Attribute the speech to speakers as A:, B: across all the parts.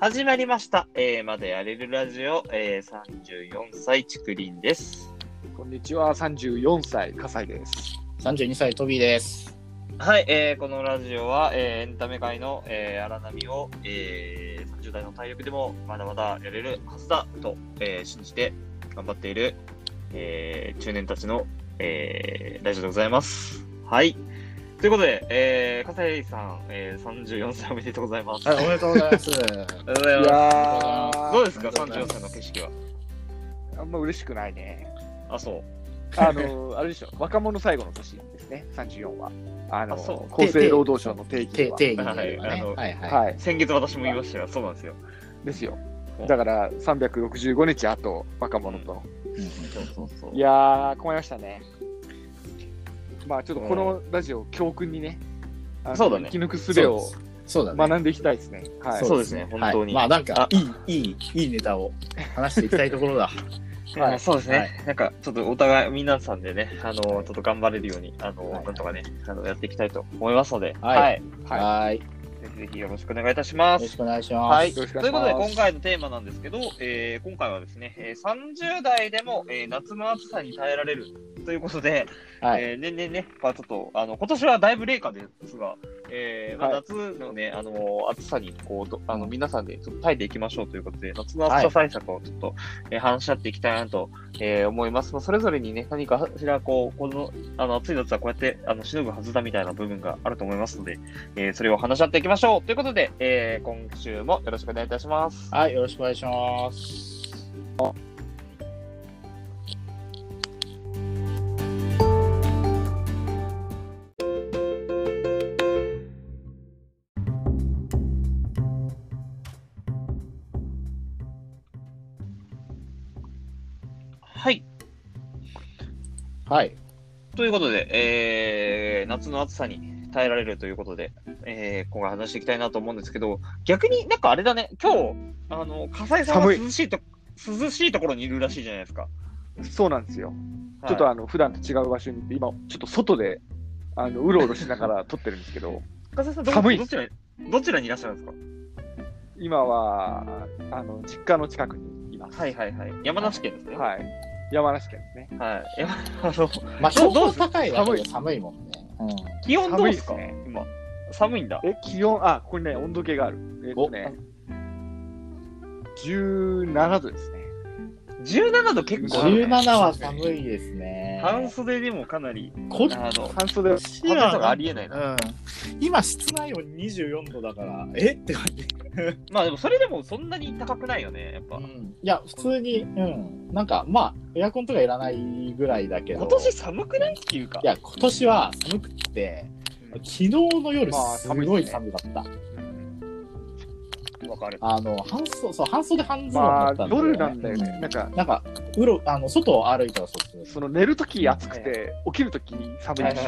A: 始まりました。えー、まだやれるラジオ、えー、34歳、ちくりんです。
B: こんにちは、34歳、葛西です。
C: 32歳、トビーです。
A: はい、えー、このラジオは、えー、エンタメ界の、えー、荒波を、えー、30代の体力でもまだまだやれるはずだと、えー、信じて頑張っている、えー、中年たちの、えー、ラジオでございます。はい。ということで、えー、笠井さん、えー、34歳おめでとうございます。
C: はい、おめでとうござい ます。
A: おめでとうござい
B: い
A: ます。
B: や
A: どう
B: ー、
A: ですか、
C: ありがとうござい
A: 34
C: ます
A: 歳の景色は。
B: あんま嬉しくないね。
A: あ、そう。
B: あ の、あれでしょ、若者最後の年ですね、34は。あの
A: あそう
B: 厚生労働省の定義
C: 定
B: では。
C: 定義になれば
A: はい
C: ね
A: あ。の
C: はいはい。
B: はい、
A: 先月私も言いましたが、そうなんですよ。
B: ですよ
A: うん。
B: だから365日あと、若者と。
A: そうそうそう
B: いやー、困りましたね。まあ、ちょっとこのラジオを教訓にね、あの
A: そうだね
B: 生き抜く術を
C: そうだね。
B: 学んでいきたいですね。はい。
A: そうですね本当に
C: はいまあなん
A: あ
C: か、いい、いい、いいネタを話していきたいとこ ろだ。
A: はいそうですね、
C: はい
A: なんかちょっとお互い皆さんでね、あのちょっと頑張れるように、あの、
C: はいはい
A: なんとかね、あのやっていきたいと思いますので、
C: はい
B: は
C: はい。よ
A: ぜひぜひよろしくお願いいたしま
C: ろ
A: す
C: し。くお願いします。
A: はい。とい
B: よろ
A: う
B: し
A: こ
B: くお
A: と
B: 願
A: で
B: いします、
A: 今回のテーマなんですけど、えー今回はですね、えー30代でも、えー夏の暑さに耐えられるということで、
C: はい。
A: えー年々ね、まあ、ちょっと、あの、今年はだいぶ冷夏ですが、えーまあ
B: はい
A: 夏のね、あの、暑さに、こう、どあの、皆さんでちょっと耐えていきましょうということで、夏の暑さ対策をちょっと、えー話し合っていきたいなと、えー思います。まあ、それぞれにね、何かしら、こう、この、あの、暑い夏はこうやって、あの、しのぐはずだみたいな部分があると思いますので、えーそれを話し合っていきましょうということで、えー今週もよろしくお願いいたします。
C: はい、よろしくお願いします。
A: はい。
C: はい。
A: ということで、えー、夏の暑さに耐えられるということで、えー、今回話していきたいなと思うんですけど、逆になんかあれだね、今日、あの、笠井さんは
B: 寒い
A: 涼しいと、涼しいところにいるらしいじゃないですか。
B: そうなんですよ。
A: はい
B: ちょっとあの普段と違う場所に行って、今、ちょっと外であのうろうろしな がら撮ってるんですけど、
A: 笠井さんど、
B: 寒い
A: どちらに、どちらにいらっしゃるんです
B: 今はあの実家の近くにいます。
A: かはいはいはい。山梨県ですね。はい。
B: はい、山梨県ですね。
A: はい、山 あの、どう
C: まあ、標
A: どうで
C: 高
A: す
C: 高いだけ
B: 寒い
C: で寒いもんね。うん。
A: 気温どうですか
B: 寒いですね
A: 今。寒いんだ。
B: え、気温、あ、ここにね、温度計がある。えっとね、17度ですね。
A: 17度結構ある、ね。
C: 17は寒いですね。
A: 半袖でもかなり、
C: こっ
A: あの、
B: 半袖は、
C: ち
A: 半袖とかあ
C: は、
A: りえないな。
C: うん。今、室内温24度だから、えって感じ。
A: まあでもそれでもそんなに高くないよね、やっぱ。
C: うんいや、普通に、うん、なんか、まあ、エアコンとかいらないぐらいだけど、
A: 今年寒くないっていうか。
C: いや、今年は寒くって、
A: うん
C: 昨日の夜、
B: まあ
C: すごい寒かった。
A: わかる。
C: あの、半袖、そう、半袖半ズボンだ
B: ま
C: った
B: あ、
C: んだよ
B: 夜
C: ね
B: なんだよね。なんか、
C: なんか、うろ、あの、外を歩いたらそうです。
B: その寝るとき暑くて、起きるとき寒いし。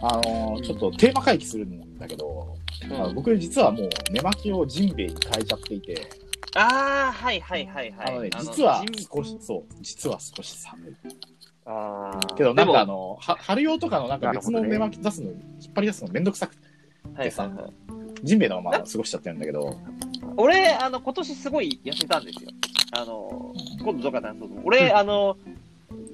C: あのー、ちょっとテーマ会議するんだけど、あの僕実はもう寝巻きをジンベエに変えちゃっていて、
A: ああ、はいはいはいはい。
C: あのね、
A: あの
C: 実は
A: 人
C: 少し、そう、実は少し寒い。
A: ああ。
C: けど、な
A: で
C: ん
A: も
C: かあ、の、は春用とかのなんか別の寝巻き出すの、引っ張り出すのめんどくさくて、
A: はいはいはい
C: ジンベエのまま過ごしちゃってるんだけど、
A: 俺、あの、今年すごい痩せたんですよ。あの、今度どうかな、そうそう俺、
C: うん
A: あの、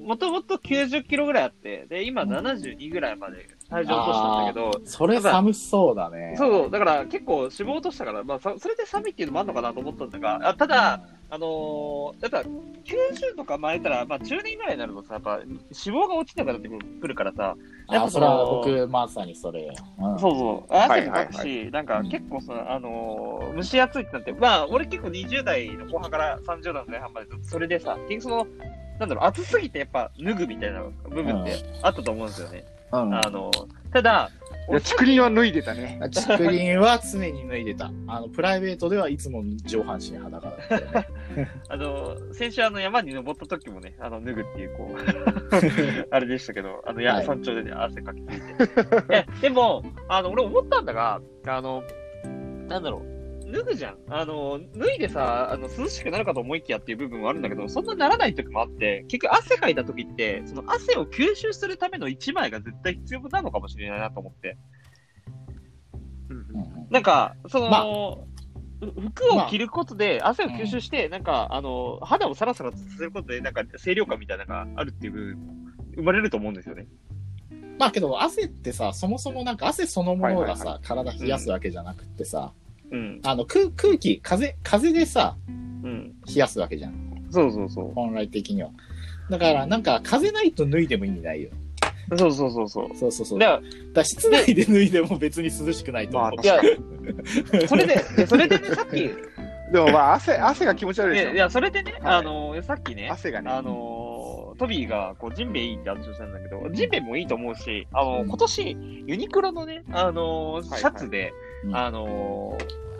A: もともと90キロぐらいあって、で、今72ぐらいまで 体重落としたんだけど、
C: それ寒そうだね。
A: そうそう、だから結構脂肪落としたから、まあ、さそれで寒いっていうのもあるのかなと思ったんだが、あただ、あのーやっぱ90とか前たら、まあ、中年ぐらいになるとさ、やっぱ脂肪が落ちなくなってくるからさ、やっ
C: あ
A: ぱ
C: そ
A: そ
C: れ
A: の
C: は僕、まさにそれ。うん
A: そうそう、汗も
B: は
A: か
B: い
A: くし、
B: はい
A: なんか結構その、あのー蒸し暑いってなって、まあ、俺結構20代の後半から30代の前半までずっとそれでさ、結局その、なんだろう、暑すぎてやっぱ脱ぐみたいな部分ってあったと思うんですよね。
C: うん
A: あのーただ、
B: いや、竹林は脱いでたね。
C: 竹林は常に脱いでた。あの、プライベートではいつも上半身裸だったよね。
A: あのー先週あの山に登った時もね、あの脱ぐっていうこう、 あれでしたけど、あの、や、
C: はい
A: 山頂でね、汗かきていて。え、でも、あの、俺思ったんだが、あの、なんだろう、脱ぐじゃん。あの、脱いでさ、あの、涼しくなるかと思いきやっていう部分はあるんだけど、そんなならない時もあって、結局汗かいた時って、その汗を吸収するための一枚が絶対必要なのかもしれないなと思って。
B: うん
C: うん
A: なんか、その、
C: ま
A: ふ服を着ることで汗を吸収して、なんか、あの、肌をサラサラとさせることで、なんか清涼感みたいなのがあるっていう部分も生まれると思うんですよね。
C: まあけど、汗ってさ、そもそもなんか汗そのものがさ、
B: は
C: 体冷やすわけじゃなくってさ、
A: うん。
C: あの空空気、風、風でさ、
A: うん。
C: 冷やすわけじゃん。
A: そうそうそ
C: 本来的には。だから、なんか風ないと脱いでも意味ないよ。
A: う。そうそうそうそう。
C: そうそうそう。
A: だ
C: だ
A: か
C: からら室内で脱いでも別に涼しくないと思う。
B: まあ
A: いや、それで、いやそれでね、さっき、い
B: でもまあ汗、汗が気持ち悪いでし
A: や、
B: ょ。
A: いやそれでね、
B: はい
A: あの、さっきね、
B: 汗がね。
A: あのートビーがこうジンベエいいって話をしたんだけど、ジンベエもいいと思うし、あのー
C: うん
A: 今年、ユニクロのね、あのー
B: はい
A: シャツで、
C: うん
A: あの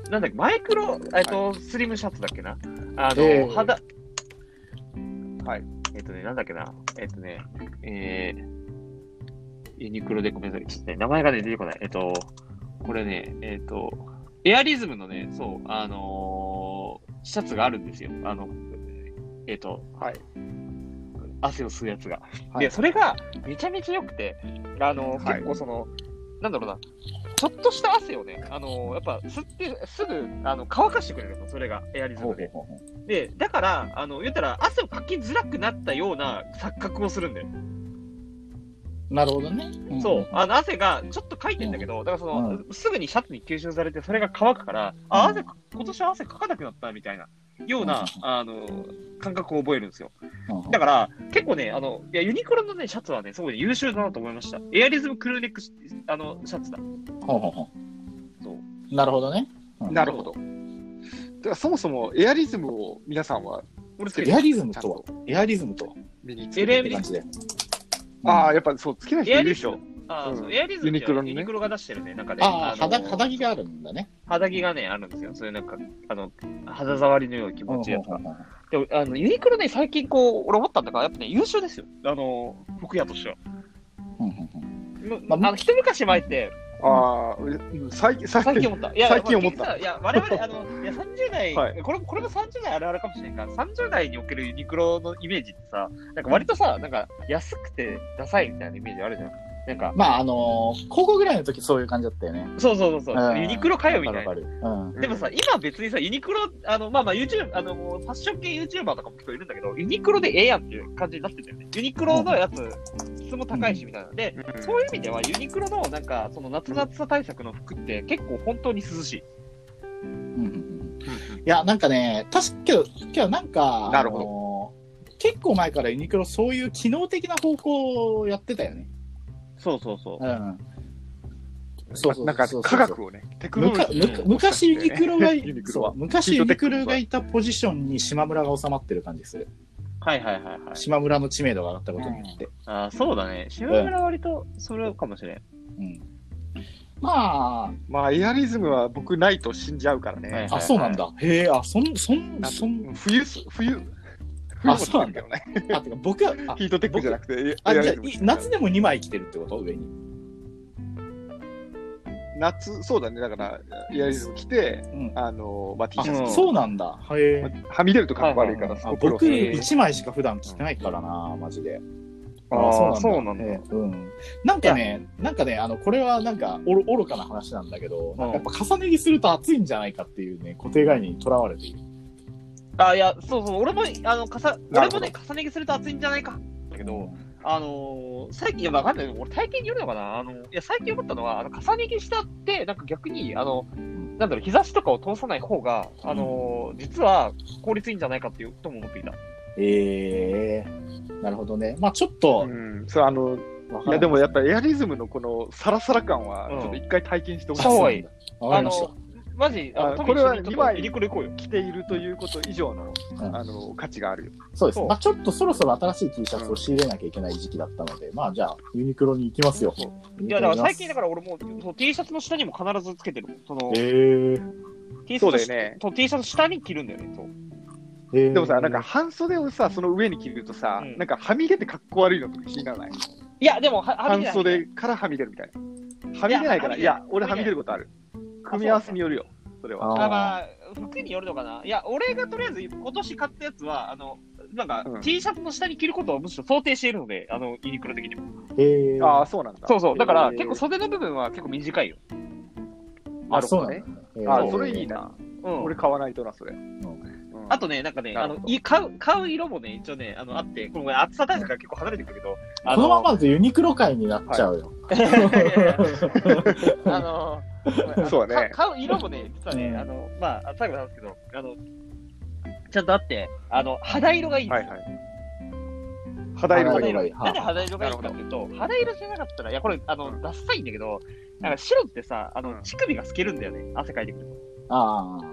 A: ーなんだっけ、マイクロ、えっと、スリムシャツだっけな、あのー
C: ええ
A: 肌、
B: はい。
A: えっとね、なんだっけな、えっとね、えー、ユニクロでごめんなさい、ちょっとね、名前がね、出てこない。えっと、これね、えっと、エアリズムのね、そう、あのーシャツがあるんですよ。あの、えっと、
B: はい。
A: 汗を吸うやつが。
B: はい
A: で、それがめちゃめちゃ良くて、あの、
B: はい
A: 結構その、なんだろうな、ちょっとした汗をね、あの、やっぱ吸ってすぐあの乾かしてくれるの、それがエアリズ
C: ほう
A: ム
C: ほう
A: で。
C: ほうほ
A: で、だから、あの、言ったら汗をかきづらくなったような錯覚をするんだよ。
C: うなるほどね。ん
A: そう、あの汗がちょっとかいてんだけど、だからその、すぐにシャツに吸収されて、それが乾くから、あ、汗、今年は汗かかなくなったみたいな、よう
C: う、
A: なんあの、感覚を覚えるんですよ。
C: うん
A: だから、結構ね、あの、いや、ユニクロのね、シャツはね、すごい優秀だなと思いました。エアリズムクルーネックス、あの、シャツだ。
C: ほうほうほ
A: そう。
C: うなるほどね。
B: なるほど。だからそもそもエアリズムを皆さんは
A: 俺つけ
C: エ
A: て
C: アリズムとはエアリズムとは
B: 身につ
A: エレ
B: けて
C: って感じで。
B: あ
C: あ
B: あ、やっぱそう、つけない人いるでしょ。
A: あーそううんエアリズムって
B: ユニクロのね
A: ユニクロが出してるね、なんかね、の
C: あー、肌肌着があるんだね。
A: 肌着がね、あるんですよ。そういうなんか、あの、肌触りのような気持ちいいやつ
C: ほう
A: が。
C: ほうほう
A: でも、あの、ユニクロね、最近こう、俺思ったんだから、やっぱね、優秀ですよ。あの、服屋としては。
C: うんうんうん
A: の
C: まあ
A: あの、一昔前って、
B: ああ、うん最近、最
A: 最近
B: 近、
A: 思った。いや、
B: 最近思った
A: まあ結局さいや、我 々、あの、いや、30代、
B: はい
A: これも、これも30代あるあるかもしれないから、30代におけるユニクロのイメージってさ、なんか割とさ、なんか安くてダサいみたいなイメージあるじゃん。なんか、
C: まあ、あのー高校ぐらいの時そういう感じだったよね。
A: そうそうそうそうう、
C: ん
A: ユニクロかよみ
C: わ
A: たい
C: か
A: な。
C: るわかる。
A: でもさ、今別にさ、ユニクロ、あの、まあまあ、YouTube、あの、ファッション系 YouTuber とかも結構いるんだけど、ユニクロでええやんっていう感じになってたよね。ユニクロのやつ、質も高いしみたいな。で、
B: うん
A: そういう意味では、ユニクロのなんか、その夏の暑さ対策の服って結構本当に涼しい。
C: うん。うんうんうんいや、なんかね、確かけど、けどなんか、
B: なるほど
C: あのー結構前からユニクロそういう機能的な方向をやってたよね。
A: そうそうそう。
C: うん。
B: なんか科学をね、テクノ
C: む
B: ロ
C: か
B: ジ
C: む
B: ー
C: か
B: を
C: 昔ユニクロが、
B: ユニクロは
C: そう昔ユニクロがいたポジションに島村が収まってる感じする。
A: はいはいはいはい。
C: 島村の知名度が上がったことによって。
A: あーそうだね。島村割とそれかもしれん。
C: うんま
B: まあ、エアリズムは僕ないと死んじゃうか
A: は
B: ら
A: い
B: ね。
C: あ、あ、そうなんだ。へえ、あ、そん、そん、そん、
B: 冬す、冬、冬
C: あそうなんだ
B: 着てるけどね。
C: あ、てか僕は、あ
B: ヒートテックじゃなくて、
C: あ、
B: エア
C: じゃ
B: リ
C: あ
B: ズム着て
C: い
B: る。
C: 夏でも2枚着てるってこと上に。
B: 夏、そうだね。だから、エアリズム着て、
C: うん
B: あの、まあ、T
C: あ、
B: シャツ
A: うん
C: そうなんだ。へえ。
B: はみ出るとかっこ悪いから、
C: あ
B: そこ
C: 僕、
B: 苦労する
C: 1枚しか普段着てないからな、マジで。
A: あーそうなん
C: ええうん。なんかね、なんかね、あの、これはなんか、おろ愚かな話なんだけど、なんかやっぱ重ね着すると暑いんじゃないかっていうね、固定概念にとらわれている。
A: あーいや、そうそう、俺も、あの、かさ俺
B: なる
A: も
B: ほど
A: ね、重ね着すると暑いんじゃないか。だけど、あのー最近、いや、わかんない。俺、体験によるのかな。あの、いや、最近思ったのは、あの重ね着したって、なんか逆に、あの、なんだろう、日差しとかを通さない方が、あのー実は効率いいんじゃないかっていうことも思っていた。
C: ええなるほどね。まあちょっと、
B: うん、そうあの
C: わ
B: い
C: から
B: や
C: ん
B: でもやっぱエアリズムのこのサラサラ感は
A: うん
B: ちょっと一回体験してほしい、
A: した方がいい。
C: わかりまし
A: マジ、あの
B: あ
A: 多分
B: これは
A: 一緒にちょっと
B: 二枚
A: ユニクロ行こうよ。
B: 着ているということ以上の,、
C: うん
B: あの価値があるよ。
C: た。そうです
A: そ
C: ね。
A: う
C: まあちょっとそろそろ新しい T シャツを仕入れなきゃいけない時期だったので、まあじゃあ、ユニクロに行きますよ。
A: いや、だから最近、だから俺もそう T シャツの下にも必ずつけてる。その、
C: え
A: T シ
B: そ
A: ャ
B: うだ
A: ツ
B: よね。
A: と T シャツ下に着るんだよね。そう
C: え
B: でもさ、なんか、半袖をさ、その上に着るとさ、
A: うん
B: なんかはみ出てかっこ悪いのとか気にならない。
A: いや、でも、ははみ
B: 半
A: 出ない
B: 袖からはみ出るみたいな。はみ出ないから、
A: いやは
B: いや、
A: み出
B: 俺
A: ない
B: はみ出ることある。組み合わせによるよ、それは。
A: あま
C: あ
A: あ、服によるのかな。いや、俺がとりあえず今年買ったやつは、あの、なんか、
B: うん
A: T シャツの下に着ることをむしろ想定しているので、あの、ユニクロ的にも。
C: ーえー
B: ああ、そうなんだ。
A: そうそう。だから、
B: えー
A: 結構袖の部分は結構短いよ。
B: あ
C: あ、そうなん
B: ね。
C: だ。
B: あ
C: えー
B: それいいな。
A: うん、
B: 俺買わないとな、それ。うん
A: あとね、なんかね、
B: な
A: あ
B: るほ
A: の
B: ど
A: い買う買う色もね、一応ね、あのあって、この暑さ対策が結構離れてくるけど、あ
C: このままだとユニクロ界になっちゃうよ。
A: いやいやあ のー
B: そうだね
A: か買う色もね、実はね、あの、まあ、最後なんですけど、あの、ちゃんとあって、あの、肌色がいいんで
B: は
A: す
B: い
A: よ。
B: はい。肌色がいい。
C: 肌
A: な
C: 色
A: んで肌色がいいかっていうと、肌色じゃなかったら、いや、これ、あの、ダッサいんだけど、なんか白ってさ、あ
B: う
A: の、
B: ん
A: 乳首が透けるんだよね、汗かいてくると。
C: ああ。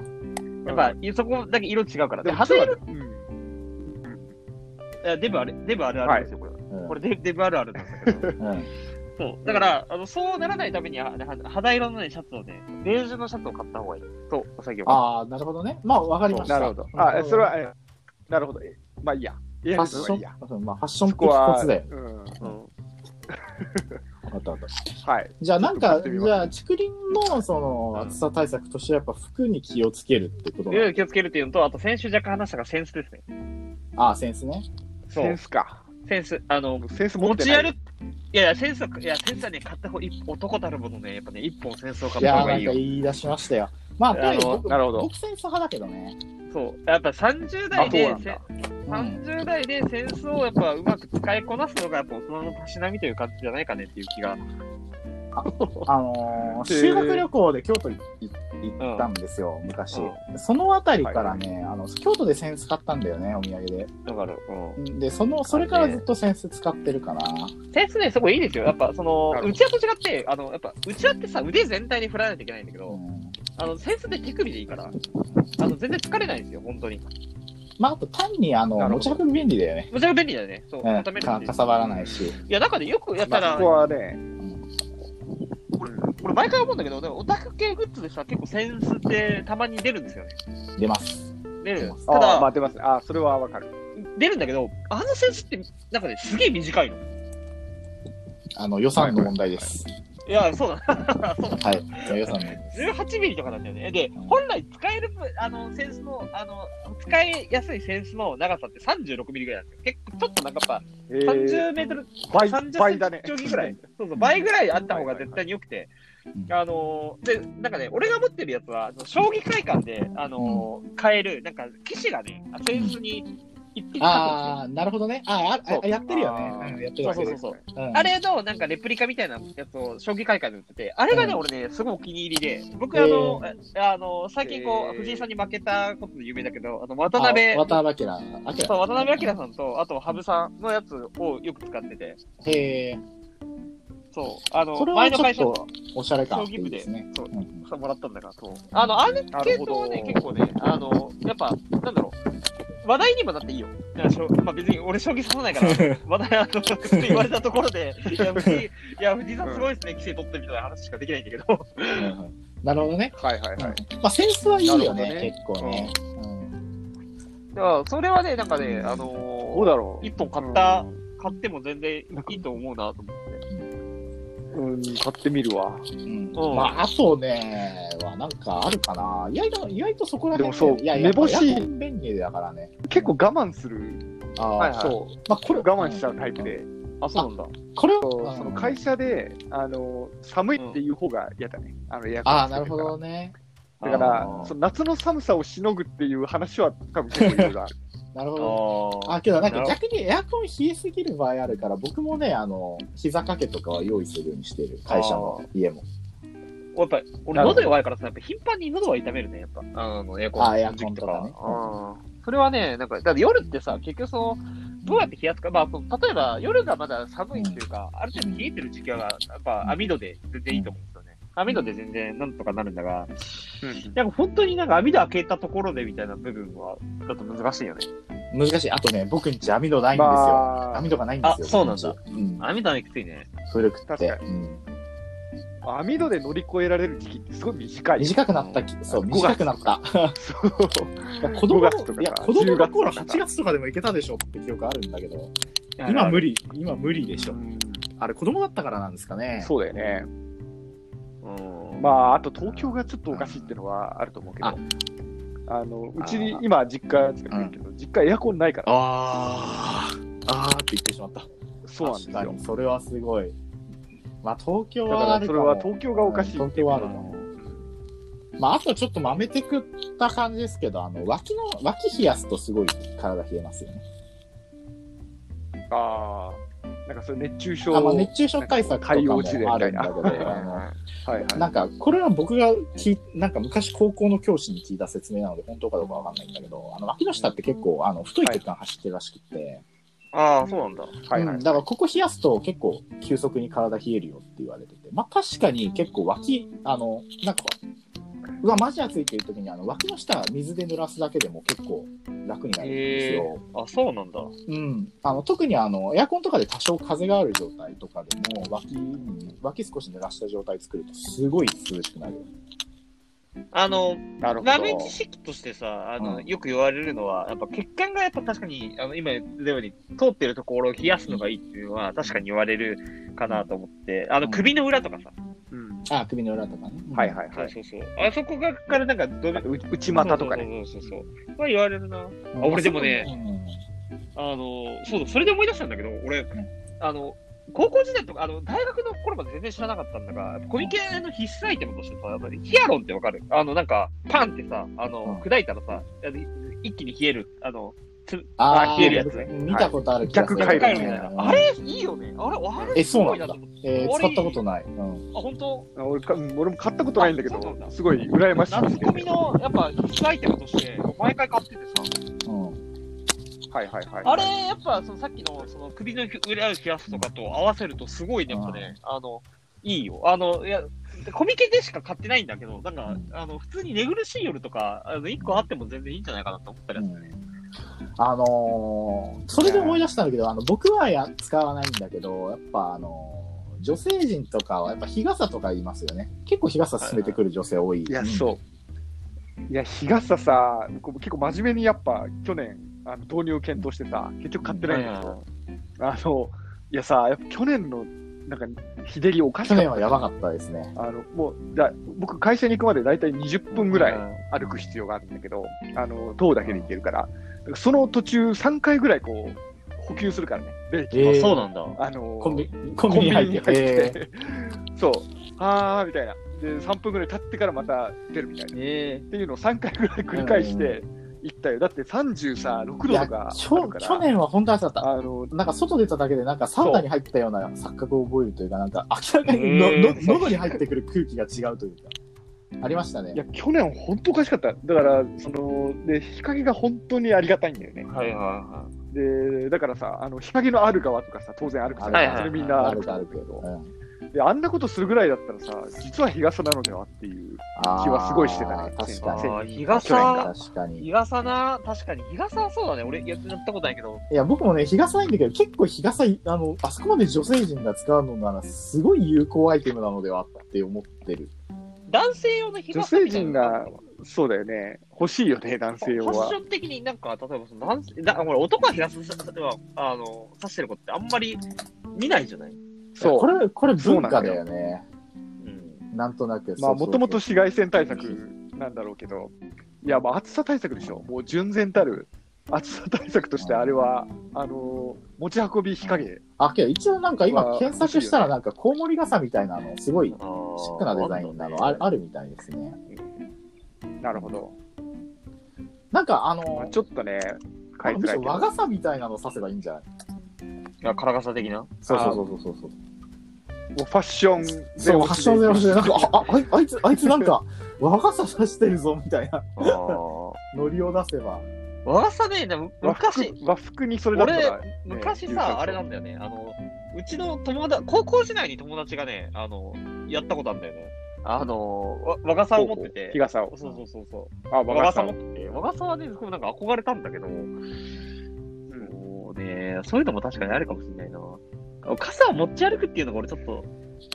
A: やっぱ、そこだけ色違うから。
B: で
A: で、
B: も
A: 肌色、
B: そうだねうん
A: いやデブあれ、デブあるあるですよ、これは。
C: うん
A: これデ、デブあるあるなんだけど。
C: うん
A: そう。だから、あの、そうならないためには、は肌色のね、シャツをね、ベージュのシャツを買った方がいい。と、お酒を。
C: ああ、なるほどね。まあ、わかりました。
B: なるほど。あ、えそれは、えなるほど。えまあいいや。い
C: フ
B: や
C: ァッ
B: それ
C: シ
B: はい
C: ョ
B: い
C: ン
B: や。
C: まあ、ファッション
B: そ
C: 的
B: こ
C: 一
B: は、
C: つ
B: う
C: だよ。
B: ん。
A: うん。
C: わかったわかった。
B: はい。
C: じゃあ、なん
B: ちょっ
C: か、
B: と買ってみます
C: じゃあ、竹林の、その、
A: うん
C: 暑さ対策として、やっぱ服に気をつけるってこと
A: いろい
C: な
A: ろ気をつけるっていうのと、あと先週若干話したがセンスですね。
C: ああ、センスね。
A: そ
B: セン
A: う。
B: スか。
A: センス。あの、
B: センス持
A: 持
B: って
A: ち
B: ない。
A: 歩く。いやいや、センスは、いや、センスはね、買った方、一男たるものね、やっぱね、一本センスを買
C: い
A: った
C: や
A: 方
C: ー、
A: が
C: ないん
A: い
C: か
A: よ。
C: 言い出しましたよ。まあ、と
A: あ
C: にか
A: の
C: く僕、
B: なるほど
C: 僕センス派だけどね。
A: そう。やっぱ30
B: あ、
A: 代
B: そう
A: で
B: なん、
A: せ
B: だ。
C: うん。
A: 30代でセンスをやっぱうまく使いこなすのが、やっぱ大人のたしなみという感じじゃないかねっていう気が。
C: あのー、
B: へー
C: 修学旅行で京都い行ったんですよ、昔。そのあたりからね、あの、京都でセンス買ったんだよね、お土産で。
A: だから、うん。
C: で、その、それからずっとセンス使ってるかな。
A: センスね、そこいいですよ。やっぱ、その
B: な、るほど
A: うちわと違って、あの、やっぱ、うちわってさ、腕全体に振らないといけないんだけ
C: う
A: ど、
C: ん
A: あの、センスって手首でいいから、あの、全然疲れないんですよ、本当に。
C: まあ、あと単に、あの、
B: なるほ
C: 持
B: ど
C: ち運び便利だよね。
A: むちゃくちゃ便利だよね。そう、
C: うん、
A: 固める
C: か
A: し
C: かさばらないし。
A: いや、なんかね、よくやった
B: まあ
A: ら、
B: そこはね、
A: 俺、毎回思うんだけど、でも、オタク系グッズでさ、結構センスってたまに出るんですよね。
C: 出ます。
A: 出る。
B: あ
A: た
B: あ
A: だ、
B: ー、まあ出ますね。あーそれはわかる。
A: 出るんだけど、あのセンスって、なんかね、すげえ短いの。
C: あの、予算の問題です。
A: いや、そうだ。そうだ。
C: はい。じゃあ予算の問題。
A: 18ミリとかなんだよね。で、本来使えるぶ、あの、センスの、あの、使いやすいセンスの長さって36ミリぐらいなんですよ。結構、ちょっとなんかやっ
B: え
A: ぱ、
B: ー、
A: 30メートル、
B: 倍、
A: 30セ
B: 倍
A: ン
B: だ
A: チ
B: ね。
A: 定規ぐらい。そうそう、倍ぐらいあった方が絶対に良くて
C: う。ん
A: あのー、で、なんかね、俺が持ってるやつは、あの将棋会館で、あのー、買える、なんか、騎士がね、あセンスに一匹あ
C: ああ、なるほどね。あーああ、やってるよ
B: あ
C: ね。
B: ー
C: うんやって
A: そ
C: る
A: うそうそうそう。
C: う
A: あれの、なんか、レプリカみたいなやつを、将棋会館で売ってて、あれがね、
C: うん
A: 俺ね、すごいお気に入りで、僕、
C: へ
A: あ
C: ー
A: の、ああの、最近こ
B: へ
A: う、
B: ー
A: 藤井さんに負けたことで有名だけど、あの、渡辺、
C: 渡辺明。明
A: そう渡辺明さんと、あと、羽生さんのやつをよく使ってて、
C: へえ。
A: そう、あの、
C: それ
A: 前の
C: はちょっ
A: 会社
C: と、おしゃれ感。
A: 将棋部で
C: いいすね。
A: そう
C: うんうん
A: さもらったんだから、そう。あの、あれ系統はね、
B: なる
A: 結構ね、あの、やっぱ、なんだろう、話題にもなっていいよ。だからしょまあ、別に俺、将棋指さない から、話題あの、 普通に言われたところで、いや、藤井、いや、藤井さんすごいですね、棋聖取ってみたいな話しかできないんだけど、
C: うんうんなるほどね。
B: はいはいはい。
C: まあ、センスはいいよ
B: なるほど
C: ね
B: ね、
C: 結構ね。うん
A: だからそれはね、なんかね、あの
B: どうだろう。
A: 一本買った
B: うん
A: 買っても全然いいと思うなと思って。
B: うん、買ってみるわ。
C: うん
A: うん
C: まあ、あとね、はなんかあるかな。意外と、意外とそこら辺
B: でもそう
C: いや、やっぱ
B: 目星
C: エアコン便利だからね。
B: 結構我慢する。
C: ああ、
A: はいはい
B: そう。
C: まあ、これ
B: 我慢しちゃうタイプ。で。
A: あ、そうなんだ。
C: これ
B: そう
C: を、
B: その会社で、あの、寒いっていう方が嫌だね。あの、エアコン
C: ああ、
B: つけ
C: なる
B: て
C: ほ
B: から
C: どね。
B: だから
A: あ、ー
B: その夏の寒さをしのぐっていう話は多分結構いろいろある。
C: なるほど。
A: あ
C: あ、けどなんか逆にエアコン冷えすぎる場合あるから、僕もね、あの、膝掛けとかは用意するようにしてる。会社も、家も。
A: あ。やっぱり、俺、喉弱いからさ、やっぱ頻繁に喉は痛めるね、やっぱ。あの、エアコン。
C: あエアコンとかね
A: あーそれはね、なんか、だって夜ってさ、結局その、どうやって冷やすか、まあ、その例えば夜がまだ寒いっていうか、ある程度冷えてる時期は、やっぱ網戸で全然いいと思うんですよね。網戸で全然なんとかなるんだが、なんか本当になんか網戸開けたところでみたいな部分は、ちょっと難しいよね。
C: 難しい。あとね、僕んち網戸ないんですよ。
B: ま
C: 網戸がないんですよ。
A: あそうなんだ
C: 僕ち。うん。
A: 網戸はきついね。
C: 古くって。
B: 確か
C: うん
B: あ、網戸で乗り越えられる時期ってすごい短い。
C: 短くなったき、そう、
B: 5月
C: 短くなった。
B: そう。
C: 子
B: 5
C: 供
B: 月とか
C: いや、子供の頃
B: 10
C: 8月とかでも行けたでしょって記憶あるんだけど、
A: あ
C: 今
A: る
C: 無理、今無理でし
B: う
C: ょ。
B: ん
C: あれ、子供だったからなんですかね。
B: そうだよね。
A: うん
B: まあ、あと東京がちょっとおかしいっていうのはあると思うけど
C: あ。
B: あのうちに今、実家使ってるけど、実家エアコンないから、
C: あー、あーって言ってしまった。
B: そうなんです
C: 確か
B: よ
C: に。それはすごい。まあ、東京
B: だか
C: は
B: ら
C: ある
B: そ
C: か
B: れ
C: も。
B: は東京がおかしい
C: うん東京はあるかも。まあ、あとちょっとまめてくった感じですけど、あの、脇の、脇冷やすとすごい体冷えますよね。
B: ああ、なんかそれ熱中症
C: あまあ、熱中症対策とか
B: 海
C: も
B: 洋地で
C: あ
B: みた
C: る
B: い
C: ん
B: な。
C: だけど、
B: はい
C: あの
B: はい。
C: なんか、これは僕が聞い、なんか昔高校の教師に聞いた説明なので、本当かどうかわかんないんだけど、あの、脇の下って結構、あの、太い血管走ってるらしくって、
A: ああ、そうなんだ。
B: はいは
C: う
B: い
C: ん。だからここ冷やすと結構急速に体冷えるよって言われてて、まあ確かに結構脇、あの、なんか、うわ、マジ暑いっていう時に、あの、脇の下水で濡らすだけでも結構楽になるんですよ。
A: あ、そうなんだ。
C: うん、あの特にあのエアコンとかで多少風がある状態とかでも脇に脇少し濡らした状態作るとすごい涼しくなる。
A: あの、
B: なるほど。
A: 豆知識としてさ、あの、
C: うん
A: よく言われるのは、やっぱ血管がやっぱ確かに、あの、今言ったように、通ってるところを冷やすのがいいっていうのは、確かに言われるかなと思って、あ
C: う
A: の、
C: ん
A: 首の裏とかさ、
B: うん
C: あ首の裏とかね。
B: はいはいは
A: そう
B: い。
A: そうそう、あそこがからなんか、どう
B: あとう内股とかね。
A: そうそうそうそう。まあ言われるな。
C: うん。
A: あ俺でもね
C: うん
A: あの、そうだ、それで思い出したんだけど、俺
C: ん、
A: あの、高校時代とか、あの、大学の頃まで全然知らなかったんだが、コミケの必須アイテムとしてさ、やっぱりヒアロンってわかるあの、なんか、パンってさ、あの、
C: う
A: 砕いたらさ、あの一気に冷える、あの、
C: あ
A: あ
C: ー
A: 冷えるやつね
C: 見たことある気がする。
B: 逆回
A: 帰
B: 路
A: るみ
B: ね
A: たい
C: うん
A: な。あれ、いいよね。あれ、あれ、
C: えそうなんだ
A: すごいと思って
C: えー
A: 俺
C: 使ったことない。うん。
A: あ、本当
B: あ俺かうん俺も買ったことないんだけ
A: あそう
B: ど
A: なん、だ
B: すごい羨ましいで
A: 夏
B: すね
A: コミの、やっぱ、必須アイテムとして、毎回買っててさ、
C: うん、
B: はいはいはい。
A: あれ、やっぱ、そのさっきの、その、首の裏を冷やすとかと合わせると、すごいね、やっぱね、あの、いいよ。あの、いや、コミケでしか買ってないんだけど、なんか、あの、普通に寝苦しい夜とか、あの、1個あっても全然いいんじゃないかなと思ったりするね。
C: あのーそれで思い出したんだけど、あの僕はや使わないんだけど、やっぱあのー女性陣とかはやっぱ日傘とか言いますよね。結構日傘進めてくる女性多い。
B: いや、
C: うん。
B: そう。いや、日傘さ、僕結構真面目にやっぱ去年、あの導入を検討してさ、結局買ってないんだけど、あの、いやさ、やっぱ去年の、なんか、日照りおかし
C: 去
B: かっ
C: 年はやばかったですね。
B: た。あの、もう、だ僕会社に行くまで大体20分ぐらい
A: うん
B: 歩く必要があるんだけど、あの、塔だけで行けるから、その途中3回ぐらいこう、補給するからね。で、
C: えー
A: あそうなんだ。
B: あの、
C: コンビコンビニ入って。
B: コンビニに入っ
C: え
B: て そう、あーみたいな。で、3分ぐらい経ってからまた出るみたいな。
A: え
B: っていうのを3回ぐらい繰り返していったよ。だって30さ、6
C: ーい
B: 度
C: や
B: とか
C: ち
B: あ
C: ょ
B: るから。
C: 去年は本当暑かった。
B: あの、
C: なんか外出ただけで、なんかサウナに入ったような錯覚を覚えるというか、なんか明らかに
A: う
C: のの
A: ん
C: 喉に入ってくる空気が違うというか、ありました
B: いや
C: ね。、
B: 去年本当おかしかった。だから、その、で、日陰が本当にありがたいんだよね。
A: はいはいは
B: で、だからさ、あの、日陰のある側とかさ、当然歩くじゃん
A: はいはいはい
B: それみんな
C: あ
B: 歩
C: る
B: く
C: あ
B: ん
C: る
B: だ
C: け
B: け
C: ど
B: ど。。
C: うん
B: で、あんなことするぐらいだったらさ、実は日傘なのではっていう。気はすごいしてたね
C: あー確か
A: あー
C: に。
A: 日傘
C: 去年が確か
A: い。日
C: に。
A: 傘な、確かに日傘はそうだね。俺、やったことないけど、
C: いや、僕もね、日傘ないんだけど、結構日傘い、あの、あそこまで女性陣が使うのなら、すごい有効アイテムなのではって思ってる。
A: 男性用の日傘みたいなのあったわ
B: そうだよね。欲しいよね、男性用
A: ファッ
B: は
A: シ。ョン的になんか、例えばその男性、だほら男は日傘さ例えば、あの、差してる子ってあんまり見ないじゃない
B: そう
C: これ、これ文化だよね。
A: うん。
C: なんとなく。
B: まあ、もともと
C: そ
B: 紫外線対策なんだろうけど、いや、まあ、暑さ対策でしょ、もう純然たる暑さ対策として、あれは、あのー持ち運び日陰、
C: うそうあ、けど一応なんか今
B: は
C: 検索したら、なんかコウモリ傘みたいなの、すごい
A: あ
C: シックなデザインなのあるあるみたいですね。
B: なるほど、
C: なんかあ
B: まあ
C: の、
B: ちょっとね、買い
C: む
B: づら
C: し
B: い
C: ろ
B: け
C: 和
B: ど、
C: 傘みたいなの刺せばいいんじゃない
A: あ、カラガサ的な
C: そうそうそうそうそう。
B: もうファッション
C: そう、
B: 押
C: 発
B: しで
C: 祥ゼロで、なんか、あ、ああいあいつ、あいつなんか、和傘刺してるぞみたいな
A: ああ。
C: ノリを出せば。
A: 和傘ね、でも
B: 和服
A: 昔、
B: 和服にそれだったら、ね
A: 昔
B: 有効そう
A: さ、あれなんだよね。あの、うちの友達、高校時代に友達がね、あの、やったことあるんだよね。あの、わ和傘を持ってて
B: 日。傘を、
A: そうそうそうそう。
B: あ
A: 和
B: 和
A: 傘持
B: 傘を
A: ってて、和傘はね、僕もなんか憧れたんだけど、そうね、そういうのも確かにあるかもしれないな。傘を持ち歩くっていうのが俺ちょっと、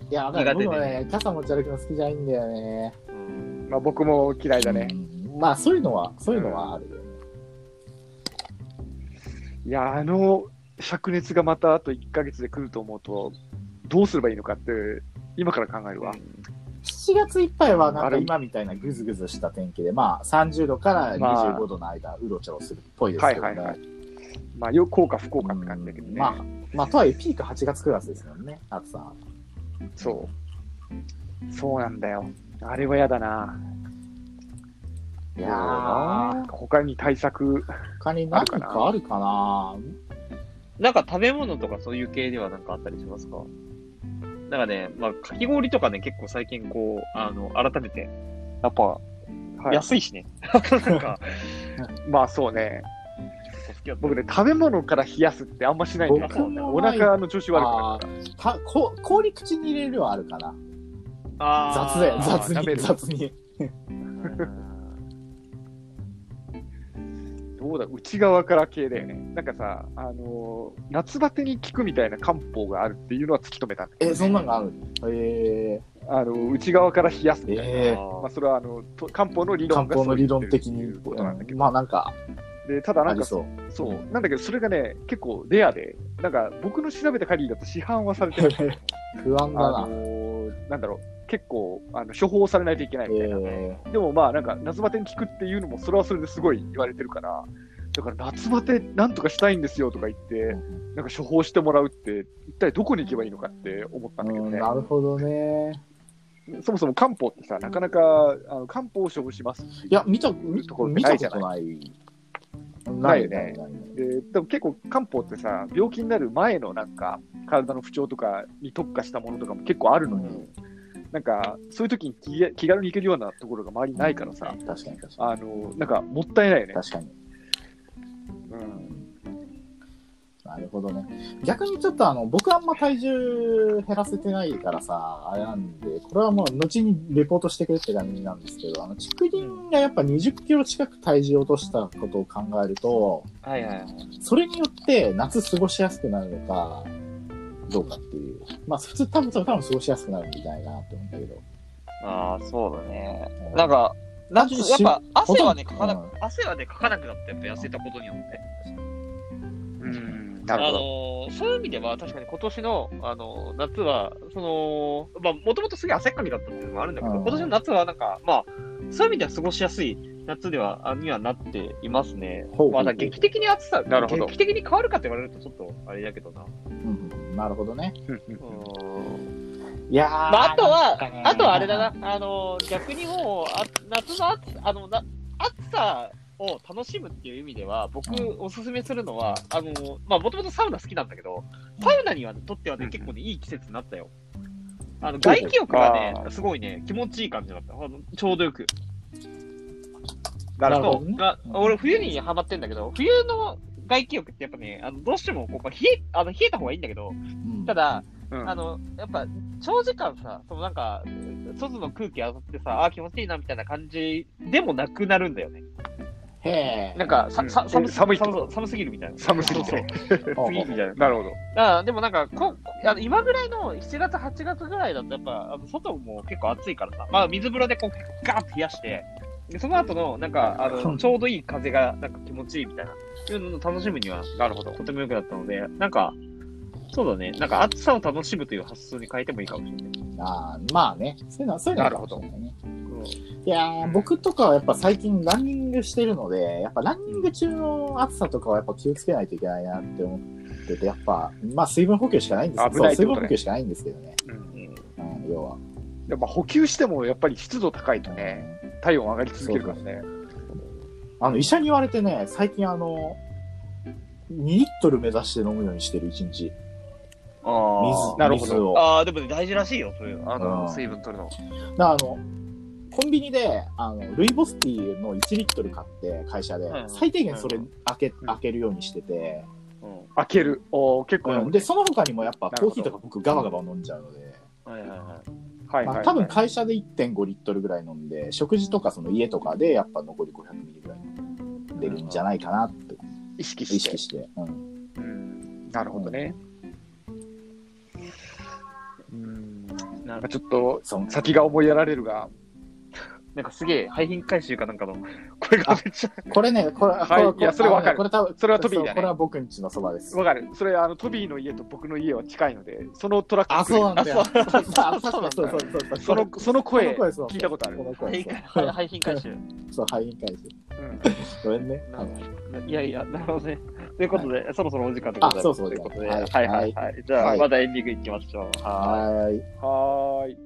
C: いや、だから
A: 苦手
C: 僕
A: で
C: もね、傘持ち歩くの好きじゃないんだよね。
A: うん、
B: まあ、僕も嫌いだね、
C: うんまあ、そういうのは、そういうのはあるよね。
B: いや、あの灼熱がまたあと1ヶ月で来ると思うと、どうすればいいのかって、今から考えるわ。
C: 7月いっぱいは、なん
B: あ
C: か
B: れ
C: 今みたいなぐずぐずした天気で、まあ、30度から25度の間、うろちょろするっぽいですけどね。
B: はいはいはいまあ、よ効か不効かって感じだけど
C: うん
B: ね。
C: まあ、まあ、とはいえ、ピーク8月9月ですもんね、暑さは。
B: そう。そうなんだよ。あれは嫌だな。
C: い
A: そうだ
C: やー
A: な
B: 他に対策、
C: 他に何かあるかな
A: なんか食べ物とかそういう系ではなんかあったりしますかなんかね、まあ、かき氷とかね、結構最近こう、あの、改めて、やっぱ、
B: はい、
A: 安いしね。 なんか、結構
B: まあそうね、
A: 好きだった
B: 僕ね、食べ物から冷やすってあんましないんだよ
A: 僕も
B: ね。
C: ない
B: お腹の調子悪くなる
C: たこ氷口に入れるはあるかな
A: あー
C: 雑だよ雑
B: 食べ
C: に
B: る
C: 雑に
A: うん
B: どうだ、内側から系だよね。なんかさ、あのー夏バテに効くみたいな漢方があるっていうのは突き止めたんだけど
C: えそんなんがあるえ
B: あの内側から冷やすみたいな。
C: えー
B: まあ、それはあのと漢方の理
C: ー、漢
B: 論が
C: 方の理論的
B: そう
C: に
B: いうことなんだけど、
C: まあなんか
B: でただ
C: あ
B: なん
C: り
B: か
C: そう
B: そう、なんだけど、それがね、結構レアで、なんか僕の調べた限りだと市販はされてない。
C: 不安だ
B: あの
C: な
B: ーなんだろう、結構あの処方されないといけないみたいな。
C: え
B: でもまあ、なんか夏バテに効くっていうのも、それはそれですごい言われてるから、だから夏バテなんとかしたいんですよとか言って、
C: ー
B: なんか処方してもらうって、一体どこに行けばいいのかって思ったんだけ
C: う
B: ど
C: ん
B: ね。
C: なるほどね
B: そもそも漢方ってさ、なかなかあの漢方を処方しますってう
C: いや見た見
B: ところって
C: 見
B: な
C: た
B: いじゃ
C: こ
B: ない
C: とない
B: ないよね
C: いない
B: えーでも結構漢方ってさ病気になる前のなんか体の不調とかに特化したものとかも結構あるのに、なんかそういう時に気が気軽に行けるようなところが周りにないからさ、
C: 確かに確か
B: あのなんかもったいないよ
C: に
B: ね、
C: 確かに
B: うん、
C: なるほどね。逆にちょっとあの、僕あんま体重減らせてないからさ、あれなんで、これはもう後にレポートしてくれって感じなんですけど、あの、竹林がやっぱ20キロ近く体重を落としたことを考えると、
A: はいはいはい。
C: それによって夏過ごしやすくなるのか、どうかっていう。まあ普通多分多分多分過ごしやすくなるんじゃないかなって思うんだけど。
A: ああ、そうだね。なんか、
C: 単
A: 夏
C: 純に
A: やっぱ
C: ほとん
A: 汗
C: ど
A: はね、かかな
C: うん
A: く、汗はね、かかなくなった、やっぱ痩せたことによって。
B: うん
A: あ
B: なるほど
A: のーそういう意味では、確かに今年の、あのー夏は、その、まあ、もともとすげえ汗っかきだったっていうのもあるんだけど、
C: うん
A: 今年の夏は、なんか、まあ、そういう意味では過ごしやすい夏では、あにはなっていますね。
C: ほうほうほう
A: まあ、だから劇的に暑さ、
B: なるほど
A: 劇的に変わるかって言われると、ちょっと、あれだけどな。
C: うんうんなるほどね。
A: うん
C: いやー
A: まあ、あとは
C: なんかね、
A: あとはあれだな、あのー逆にもう、あ夏の暑あのな暑さを楽しむっていう意味では、僕
C: う、
A: おすすめするのは、あのーまあ、もともとサウナ好きなんだけど、サウナにはとってはね、
B: うん
A: 結構ね、いい季節になったよ。あの
B: そう
A: 外気浴がね
B: あ、ー
A: すごいね、気持ちいい感じだった。あのちょうどよく。
B: なるほ
C: なる
B: ど
C: ほどね
A: そうあ
C: うん
A: 俺、冬にハマってんだけど、冬の外気浴ってやっぱね、あのどうしてもこう冷えあの冷えた方がいいんだけど、
C: うん
A: ただ、
B: うん
A: あの、やっぱ、長時間さ、そのなんか、外の空気当たってさ、あー気持ちいいなみたいな感じでもなくなるんだよね。
C: へえ。
A: なんか、さ、さ寒
B: 寒い
A: 寒そう寒すぎるみたいな。
B: 寒すぎて
A: 次みたいな。
B: なるほど
A: あーでもなんかこあの、今ぐらいの7月、8月ぐらいだと、やっぱ、あの外も結構暑いからさ、まあ、水風呂でこう、ガーッと冷やして、でその後の、なんか、あ
C: うん
A: の、ちょうどいい風が、なんか気持ちいいみたいな、いうのを楽しむには、なるほど。とても良くなったので、なんか、そうだね、なんか暑さを楽しむという発想に変えてもいいかもしれない。
C: あーまあね。そういうのは、そういうのはあるかもしれないね。
A: うん
C: いやー、
B: うん
C: 僕とかはやっぱ最近ランニングしてるので、やっぱランニング中の暑さとかはやっぱ気をつけないといけないなって思ってて、やっぱ、まあ水分補給しかないんですけど、
B: 危ない
C: そ
B: って
C: う水
B: こ
C: 分
B: とね
C: 補給しかないんですけどね。
B: うん
C: うん、要は。
B: でもまあ補給してもやっぱり湿度高いとね体温上がり続けるからね
C: あの、医者に言われてね、最近あの、2リットル目指して飲むようにしてる、1日。
A: あ
C: 水、
B: なるほど
C: 水を。
A: あーでもね大事らしいよ、そういう、あ
C: うん
A: の、水分取るの。
C: だからあの、コンビニで、あの、ルイボスティーの1リットル買って、会社で
A: う、ん
C: 最低限それ
A: うん
C: 開け、
B: ん
C: 開けるようにしてて、
A: う
B: 開けるおー結構な
C: うん、で、その他にもやっぱコーヒーとか僕ガバガバ飲んじゃうので、
A: ん。はいはいはい。
B: はいはい
C: ま
B: は
C: あ、
B: い
C: 多分会社で1.5リットルぐらい飲んで、食事とかその家とかでやっぱ残り500ミリぐらい出るんじゃないかなって
B: 意識
C: 意
B: して
C: 識して。うん、
B: うんなるほどね。うん。
A: な
B: なんかちょっと
C: その
B: 先が思いやられるが、
A: なんかすげえ、廃品回収かなんかの、これがめっちゃ。
C: これね、これ、
B: はい
C: こ
B: いやそれわかる
C: これ多分、
B: それはトビー
C: そう
B: だ
C: これは
B: ね。
C: 僕んちのそばです。
B: わかる。それ、あの、トビーの家と僕の家は近いので、そのトラック
C: あ、そうなんだよ。
A: あそう
C: あ確かにそうそうそうそう。
B: その、その
C: この
B: 声、
C: 声、そう
B: 聞いたことある
C: この声、そう
A: 廃廃品回収。
C: そう、肺炎回
B: うん
C: ごめんね。
A: なるほどいやいや、なるほどね。ということで、そろそろお時間でございます。
C: あそうそう
A: ということで、
C: は
A: はいいはいはい。じゃ
B: は
A: あ、
B: い
A: またエンディングいきましょう。は
C: はーい。
B: はーい。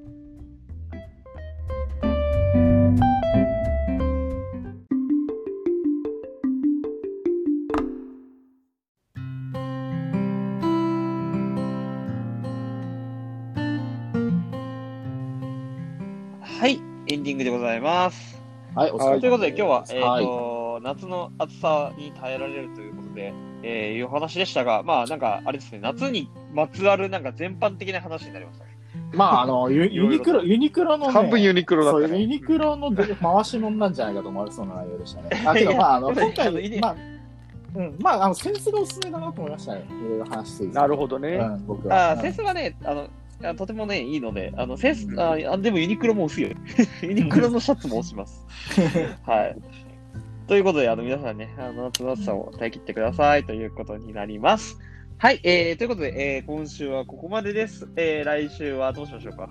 A: はい、エンディングでございます。
C: はい、お疲れ様です
A: ということで今日は、えっ、
C: はい
A: と、夏の暑さに耐えられるということで、えー、いうお話でしたが、まあなんか、あれですね、夏にまつわるなんか全般的な話になりましたね。
C: まあ、あの、ユユニクロ、ユニクロの、ね、
B: 半分ユニクロだ
C: そ
B: っ
C: う
B: たね。
C: ユニクロので回し者なんじゃないかと思われそうな内容でしたね。あけど、まあ、あの
A: いや
C: 今
A: いやい
C: 回、
A: や
C: まあ、うん、まあ、あの、センスがおすすめだなと思いましたね。いろいろ話していて
B: なるほどね。
C: うん、僕は。
A: あ
C: う
A: ー、
C: ん
A: センスがね、あの、あとてもね、いいので、あの、センス
C: う、ん
A: ああでもユニクロも薄 いよ。ユニクロのシャツも押します。はい。ということで、あの、皆さんね、あの、夏の暑さを耐え切ってくださいということになります。はい、えー、ということで、えー、今週はここまでです。えー、来週はどうしましょうか。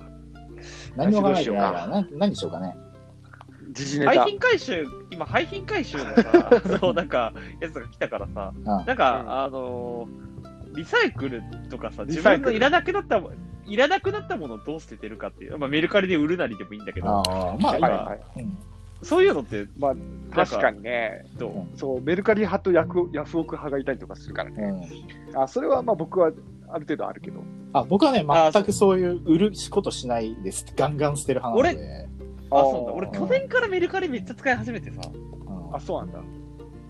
C: 何も考えてないか
B: ど
C: ら、な何にしようかね。
B: 時事ネ
A: 廃
B: タ。
A: 品回収、今、廃品回収のさ、 そう、なんか、やつが来たからさ、
C: ん
A: なんか、あのーリサイクルとかさ、
B: リ
A: 自
B: サイ
A: 分
B: ク
A: の
B: ル
A: いらなくなったも、いらなくなったものをどう捨ててるかっていう、まあ、メルカリで売るなりでもいいんだけ
C: あ
A: ど、
C: あ、まあ、
B: はい
C: 今、
B: はい。
C: うん
A: そういうのってなんか
B: 確かにね。
A: どう
B: そう、メルカリ派とヤクオヤフオク派がいたりとかするからね。
C: うん。
B: あ、それはまあ僕はある程度あるけど。
C: あ、僕はね
A: あ、
C: 全くそういう売ることしないです。ガンガン捨てる派なので。
A: あ、そうなんだ。俺、
B: あー
A: 去年からメルカリめっちゃ使い始めてさ、
C: うん
B: あ、そうなんだ。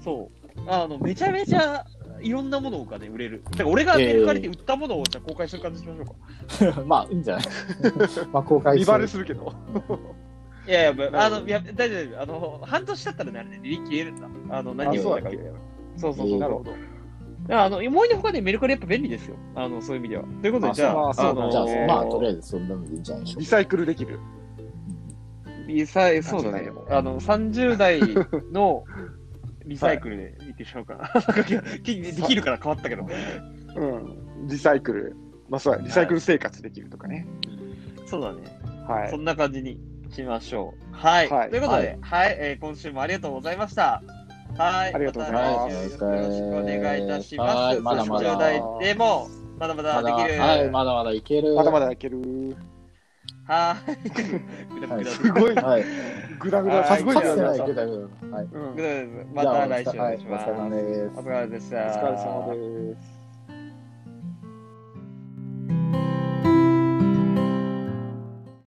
A: そう。あの、めちゃめちゃいろんなものがね、売れる。だから俺がメルカリで売ったものをじゃあ公開する感じにしましょうか。
C: まあ、いい んじゃないまあ、公開
B: リ
C: して
B: バレするけど。
A: いやいや、まあの、いや、大丈夫大丈夫。あの、半年経ったらね、あれね、利益消えるんだ。あの、何
B: あ、
A: を
B: そう
A: 売
B: だ
A: った
B: っ
A: か
B: け。
A: そうそうそう。
B: なるほど。
A: あの、思いのほかね、メルカリやっぱ便利ですよ。あの、そういう意味では。ということで、
C: あ
A: じゃあ、
B: そう
A: あ
B: ま
A: の
C: じゃあ、
B: そう
C: まあ、とりあえず、そんなのでいいんじゃないでしょ
B: リ
C: う
B: サイクルできる。
A: リサイそうだ
B: リ
A: ね
B: サイク。ル
A: あの、30代 のリサイクルでいってしまうかな。きできるから変わったけど。
B: うん。リサイクル。まあそうや、リサイクル生活できるとかね。
A: そうだね。
B: は
A: そ
B: い。
A: んな感じにしましょう。はい。
B: はい
A: ということで、はい、えー今週もありがとうございました。はい。
B: ありがとうござい
A: また
B: ま
A: 来
C: す
A: 週よろしくお願いいたしま
C: は
A: す。
C: いまだまだ
A: 30代でも、まだまだで
C: まだ、
A: きる。
C: はい、まだまだいける。
B: まだまだいける。
A: はい。 ぐだぐだです
B: すごい、
C: はい。
B: グダグ
A: は
B: ダ。
C: か
B: す
C: つ
B: ごい
C: か
B: グ
C: つ
B: ダグダ
C: てない
B: さ
C: け。ど、はい。
B: うん。
A: ぐだぐだですまた来週お願いします
C: はいお疲れ様です
A: お疲れ様でし
B: お
A: た。
B: 疲れ様です。